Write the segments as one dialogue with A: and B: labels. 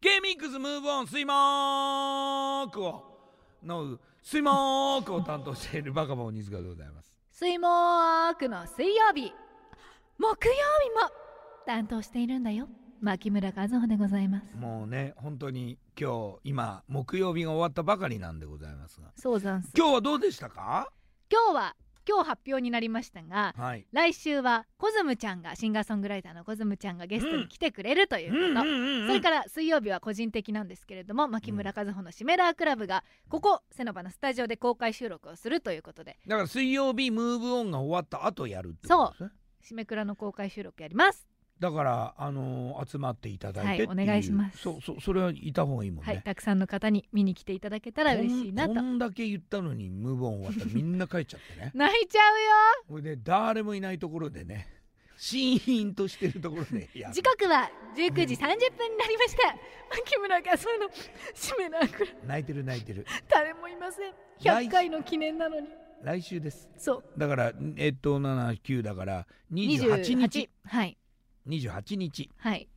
A: ゲーミックスムーブオン水クをの水クを担当しているバカボン西川でございます
B: 水木の水曜日木曜日も担当しているんだよ牧村和穂でございます
A: もうね本当に今日今木曜日が終わったばかりなんでございますが
B: そうざんす
A: 今日はどうでしたか
B: 今日は今日発表になりましたが
A: はい
B: 来週はコズムちゃんがシンガーソングライターのコズムちゃんがゲストに来てくれるという
A: う
B: こと、
A: んうんうんうん
B: それから水曜日は個人的なんですけれども牧村和穂のシメラークラブがここセノバのスタジオで公開収録をするということで
A: だから水曜日ムーブオンが終わった後やるってことですね
B: シメクラの公開収録やります
A: だからあのー集まっていただいてってう
B: はいお願いします
A: そうそうそれはいた方がいいもんね、
B: はいたくさんの方に見に来ていただけたら嬉しいな
A: ことんこんだけ言ったのにムーブオン終わったらみんな帰っちゃってね
B: 泣いちゃ
A: これで誰もいないところでねシーンとしてるところ でや
B: うよ
A: る
B: 時刻は19時30分になりました牧村和穂のシメラークラブ
A: 泣いてる泣いて る
B: 誰もいません100回の記念なのに
A: 来週です
B: そう
A: だからえっと79だから28日
B: はい
A: 28日
B: はい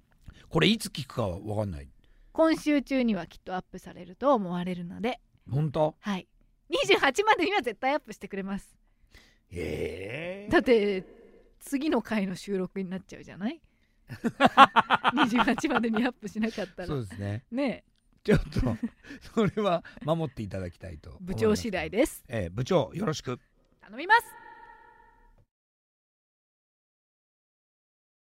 A: これいつ聞くかは分かんない
B: 今週中にはきっとアップされると思われるので、
A: 本当
B: はい、28までには絶対アップしてくれます
A: ええ
B: だって次の回の収録になっちゃうじゃない 28までにアップしなかった
A: そ
B: ら
A: うですね
B: ねえ
A: ちょっとそれは守っていただきたいと思います
B: 部長次第です
A: ええ部長よろしく
B: 頼みます